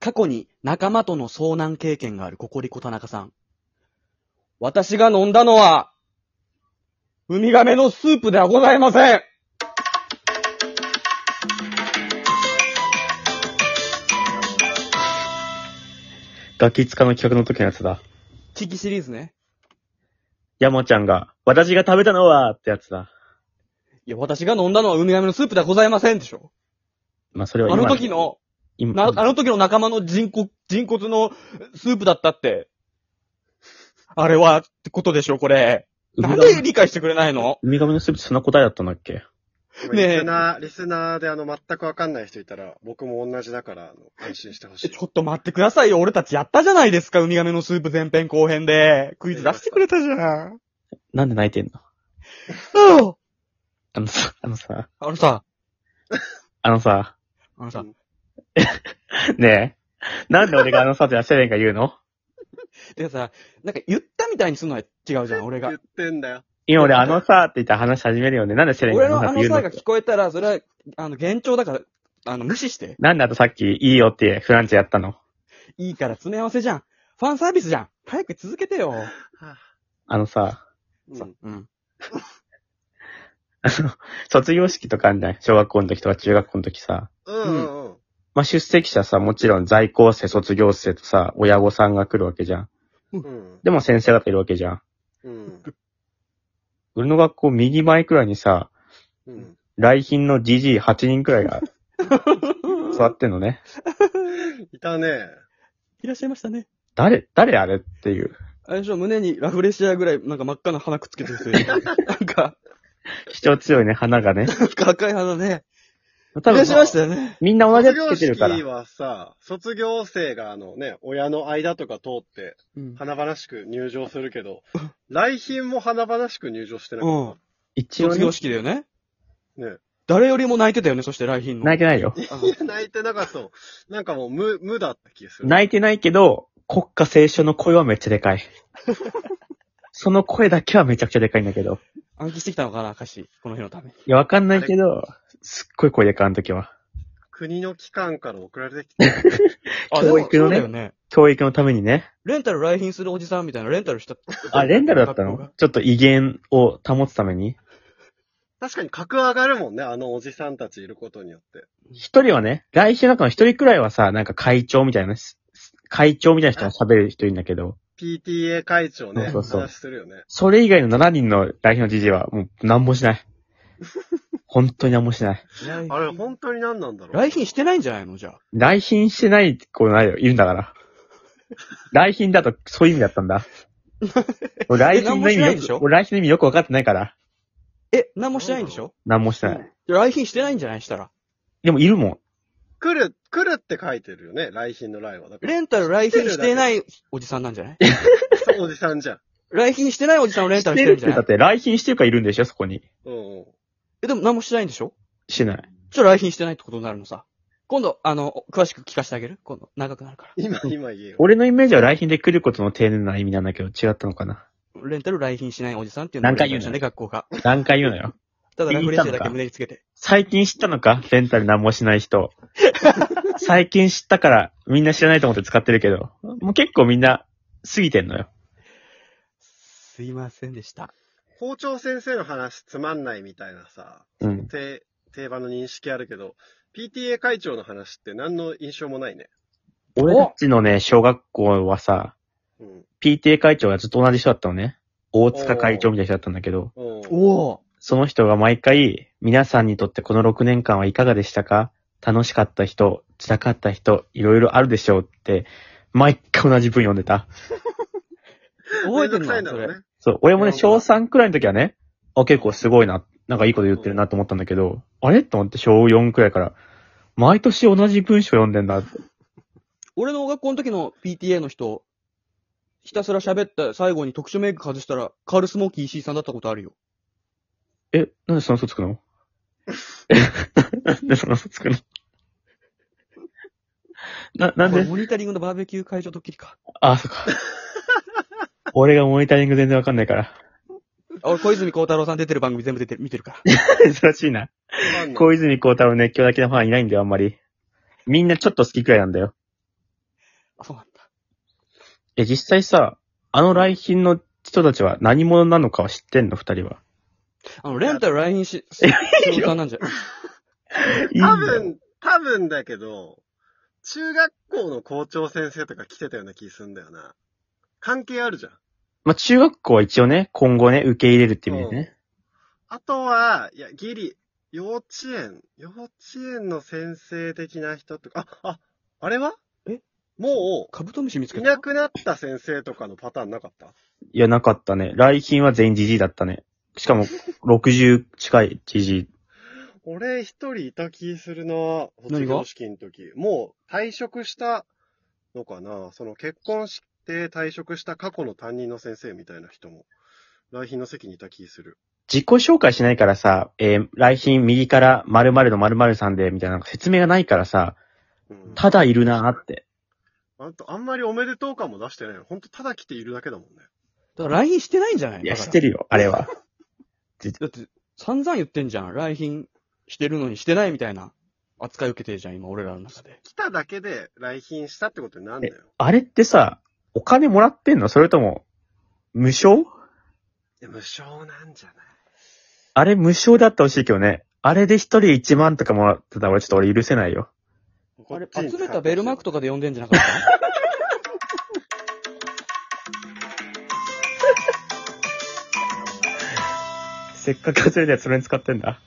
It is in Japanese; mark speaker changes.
Speaker 1: 過去に仲間との遭難経験があるココリコ田中さん。私が飲んだのは、ウミガメのスープではございません。
Speaker 2: ガキ使の企画の時のやつだ。
Speaker 1: チキシリーズね。
Speaker 2: 山ちゃんが、私が食べたのは、ってやつだ。
Speaker 1: いや、私が飲んだのはウミガメのスープではございませんでしょ。
Speaker 2: まあ、それは
Speaker 1: あ
Speaker 2: 今
Speaker 1: の時、の、な、
Speaker 2: 今、
Speaker 1: あの時の仲間の人骨、人骨のスープだったって。あれは、ってことでしょ、これ。
Speaker 2: ウ
Speaker 1: な
Speaker 2: ミ
Speaker 1: ん
Speaker 2: ガ
Speaker 1: で
Speaker 2: メ
Speaker 1: 理解してくれないの
Speaker 2: ウミガメのスープってそんな答えだったんだっけ
Speaker 1: ねえ
Speaker 3: リスナー、リスナーであの、全くわかんない人いたら、僕も同じだから、あの安心してほし
Speaker 1: え
Speaker 3: い
Speaker 1: ち。ょっと待ってくださいよ。俺たちやったじゃないですか。ウミガメのスープ前編後編で。クイズ出してくれたじゃん。
Speaker 2: なんで泣いてんの
Speaker 1: うん
Speaker 2: あのさ、あのさ、
Speaker 1: あのさ、
Speaker 2: あのさ、
Speaker 1: あのさ、
Speaker 2: ねえ、なんで俺があのさじゃしてねんか言うの
Speaker 1: でさ、なんか言ったみたいにするのは違うじゃん、俺が
Speaker 3: 言っ。てんだよ。
Speaker 2: 今俺あのさって言ったら話し始めるよね。なんでしてねんか
Speaker 1: 俺のあ
Speaker 2: って
Speaker 1: の
Speaker 2: 言う
Speaker 1: さが
Speaker 2: の
Speaker 1: 聞こえたら、それは、あの、幻聴だから、あの、無視して。
Speaker 2: なんであとさっきいいよってフランチやったの
Speaker 1: いいから詰め合わせじゃん。ファンサービスじゃん。早く続けてよ。
Speaker 2: あのさ、
Speaker 3: うん
Speaker 1: さうん。
Speaker 2: あの、卒業式とかあんじゃない小学校の時とか中学校の時さ。
Speaker 3: うんうんうん。
Speaker 2: まあ、出席者さ、もちろん在校生、卒業生とさ、親御さんが来るわけじゃん。
Speaker 3: うん。
Speaker 2: でも先生方いるわけじゃん。
Speaker 3: うん。
Speaker 2: 俺の学校右前くらいにさ、
Speaker 3: うん。
Speaker 2: 来賓のじじい8人くらいが座ってんのね。
Speaker 3: いたね。
Speaker 1: いらっしゃいましたね。
Speaker 2: 誰、誰あれっていう。
Speaker 1: あれでしょ、胸にラフレシアぐらい、なんか真っ赤な花くっつけてる 人いる。なんか、
Speaker 2: 主張強いね、花 がね。
Speaker 1: なんか赤い花ね。
Speaker 2: 多
Speaker 1: いらっしゃいまし
Speaker 2: 分、
Speaker 1: たよね。
Speaker 2: みんな同じ
Speaker 3: 卒
Speaker 2: やつ
Speaker 3: 業
Speaker 2: つけてるから
Speaker 3: 式。はさ、卒業生があのね、親の間とか通って、
Speaker 1: うん。
Speaker 3: 華々しく入場する けど、来賓も華々しく入場してなかっ
Speaker 2: 一応
Speaker 1: 卒
Speaker 2: ね
Speaker 1: 業、式だよね。
Speaker 3: た。ね。
Speaker 1: 誰よりも泣いてたよね、そして来賓の。
Speaker 2: 泣いてないよ。
Speaker 1: あ
Speaker 3: いや、泣いてなかったもん。なんかもう無、無だった気がする。
Speaker 2: 泣いてないけど、国家斉唱の声はめっちゃでかい。 その声だけはめちゃくちゃでかいんだけど。
Speaker 1: 暗記してきたのかな、歌詞。この日のため。
Speaker 2: いや、わかんないけど、すっごい声でかい、あの時は。
Speaker 3: 国の機関から送られてきて、
Speaker 1: あ、でも
Speaker 2: 教育
Speaker 1: そ
Speaker 2: のね
Speaker 1: うだよね。
Speaker 2: 教育のためにね。
Speaker 1: レンタル来賓するおじさんみたいなレンタルした。
Speaker 2: あ、レンタルだった
Speaker 1: 学校が
Speaker 2: のちょっと威厳を保つために。
Speaker 3: 確かに格上がるもんね、あのおじさんたちいることによって。
Speaker 2: 一人はね、来週の中の一人くらいはさ、なんか会長みたいな、すす会長みたいな人が喋る人いるんだけど、
Speaker 3: PTA 会長ね、
Speaker 2: そうそうそう
Speaker 3: 話するよね。
Speaker 2: それ以外の7人の来週のじじいは、もう、なんも しない。本当になんもしない。
Speaker 3: あれ、
Speaker 1: 来
Speaker 3: 本当に何なんだろう。
Speaker 1: 賓してないんじゃないのじゃあ。
Speaker 2: 来賓してない子ないよ、いるんだから。来賓だと、そういう意味だった んだ。俺来賓の意
Speaker 1: えなんもしないんで
Speaker 2: 味
Speaker 1: しょ
Speaker 2: よく、俺来賓の意味よくわかってないから、
Speaker 1: え、何もしてないんでしょ
Speaker 2: なんもしてな
Speaker 3: う
Speaker 2: い
Speaker 3: ん。
Speaker 1: いや来賓してないんじゃないしたら。
Speaker 2: でもいるもん。
Speaker 3: 来る、来るって書いてるよね、来賓の来は。だから、
Speaker 1: レンタル来賓してないおじさんなんじゃない
Speaker 3: そうおじさんじゃん。
Speaker 1: 来賓してないおじさんをレンタルし
Speaker 2: しててる
Speaker 1: る
Speaker 2: っ
Speaker 1: んじゃ
Speaker 2: て、だ
Speaker 1: な
Speaker 2: っ
Speaker 1: い
Speaker 2: て来賓してるからいるんでしょ、そこに。
Speaker 3: うんうん。
Speaker 1: え、でも何もしてないんでしょ
Speaker 2: してない。
Speaker 1: じゃあ来賓してないってことになるのさ。今度、あの、詳しく聞かせてあげる今度、長くなるか
Speaker 3: 今、今言えよ。
Speaker 2: 俺のイメージは来賓で来ることの丁寧な意味なんだけど、違ったのかな。
Speaker 1: ら。レンタル来賓しないおじさんっていうの
Speaker 2: 何回言うの
Speaker 1: のね、学校が。
Speaker 2: 何回言うのよ。
Speaker 1: ただ、ラフレシア
Speaker 2: 言
Speaker 1: だ
Speaker 2: いたの
Speaker 1: け
Speaker 2: か
Speaker 1: 胸につけて。
Speaker 2: 最近知ったのかレンタル何もしない人。最近知ったから、みんな知らないと思って使ってるけど、もう結構みんな過ぎてんのよ。
Speaker 1: すいませんでした。
Speaker 3: 校長先生の話つまんないみたいなさ、
Speaker 2: うん。
Speaker 3: 定、定番の認識あるけど、PTA 会長の話って何の印象もないね。
Speaker 2: 俺たちのね、小学校はさ、
Speaker 3: うん。
Speaker 2: PTA 会長がずっと同じ人だったのね。大塚会長みたいな人だったんだけど、
Speaker 3: うん
Speaker 1: お
Speaker 2: その人が毎回、皆さんにとってこの6年間はいかがでしたか楽しかった人、辛かった人、いろいろあるでしょうって、毎回同じ文読んでた。
Speaker 1: 覚えて
Speaker 3: めんどく
Speaker 1: る
Speaker 3: さいん
Speaker 1: の
Speaker 3: だ
Speaker 1: そ
Speaker 3: ろう
Speaker 1: れ
Speaker 3: ね。。
Speaker 2: そう、俺もね、
Speaker 3: なる
Speaker 2: 小
Speaker 3: ほど
Speaker 2: 3くらいの時はね、あ、結構すごいな、なんかいいこと言ってるなと思ったんだけど、あれと思って小4くらいから、毎年同じ文章読んでんだって。
Speaker 1: 俺の学校の時の PTA の人、ひたすら喋った最後に特殊メイク外したら、カールスモーキー石井さんだったことあるよ。
Speaker 2: え、なんでその嘘つくのえ、なんでその嘘つくのな、なん
Speaker 1: これ
Speaker 2: で
Speaker 1: モニタリングのバーベキュー会場ドッキリか。
Speaker 2: あ、そっか。 俺がモニタリング全然わかんないから。
Speaker 1: あ俺、小泉孝太郎さん出てる番組全部出てる、見てるから。
Speaker 2: 珍しいな。
Speaker 3: わかんない
Speaker 2: 小泉孝太郎熱狂的なファンいないんだよ、あんまり。みんなちょっと好きくらいなんだよ。
Speaker 1: あ、そうなんだ。
Speaker 2: え、実際さ、あの来賓の人たちは何者なのかは知ってんの二人は。
Speaker 1: あの、レンタル来賓し、する歌なんじゃ。
Speaker 2: いい
Speaker 3: 多
Speaker 2: よ
Speaker 3: 分、多分だけど、中学校の校長先生とか来てたような気すんだよな。関係あるじゃん。
Speaker 2: まあ、中学校は一応ね、今後ね、受け入れるって意味でね。
Speaker 3: あとは、いや、ギリ、幼稚園、幼稚園の先生的な人とか、あ、あ、あれは
Speaker 1: え
Speaker 3: も
Speaker 1: カブトムシ見つ
Speaker 3: う、
Speaker 1: け
Speaker 3: い
Speaker 1: た。
Speaker 3: なくなった先生とかのパターンなかった
Speaker 2: いや、なかったね。来賓は全員じじいだったね。しかも、60近いじじい。
Speaker 3: 俺一人いた気するな卒
Speaker 1: 何が
Speaker 3: 業式の時。もう退職したのかなその結婚して退職した過去の担任の先生みたいな人も、来賓の席にいた気する。
Speaker 2: 自己紹介しないからさ、えー来賓右から〇〇の〇〇さんで、みたいななんか説明がないからさ、
Speaker 3: うん。
Speaker 2: ただいるなーって。
Speaker 3: あと、あんまりおめでとう感も出してないの。ほんとただ来ているだけだもんね。
Speaker 1: だから来賓してないんじゃない
Speaker 2: いや、
Speaker 1: だから
Speaker 2: してるよ、あれは。
Speaker 1: だって、散々言ってんじゃん。来賓してるのにしてないみたいな扱い受けてるじゃん、今俺らの中で。
Speaker 3: 来ただけで来賓したってことになんだよ。
Speaker 2: あれってさ、お金もらってんのそれとも、無償
Speaker 3: いや無償なんじゃない
Speaker 2: あれ無償だってほしいけどね。あれで一人一万とかもらってたら俺ちょっと俺許せないよ。
Speaker 1: あれ
Speaker 3: こ、っちに
Speaker 1: 集めたベルマークとかで呼んでんじゃなかった
Speaker 2: せっかく集めたやつそれに使ってんだ。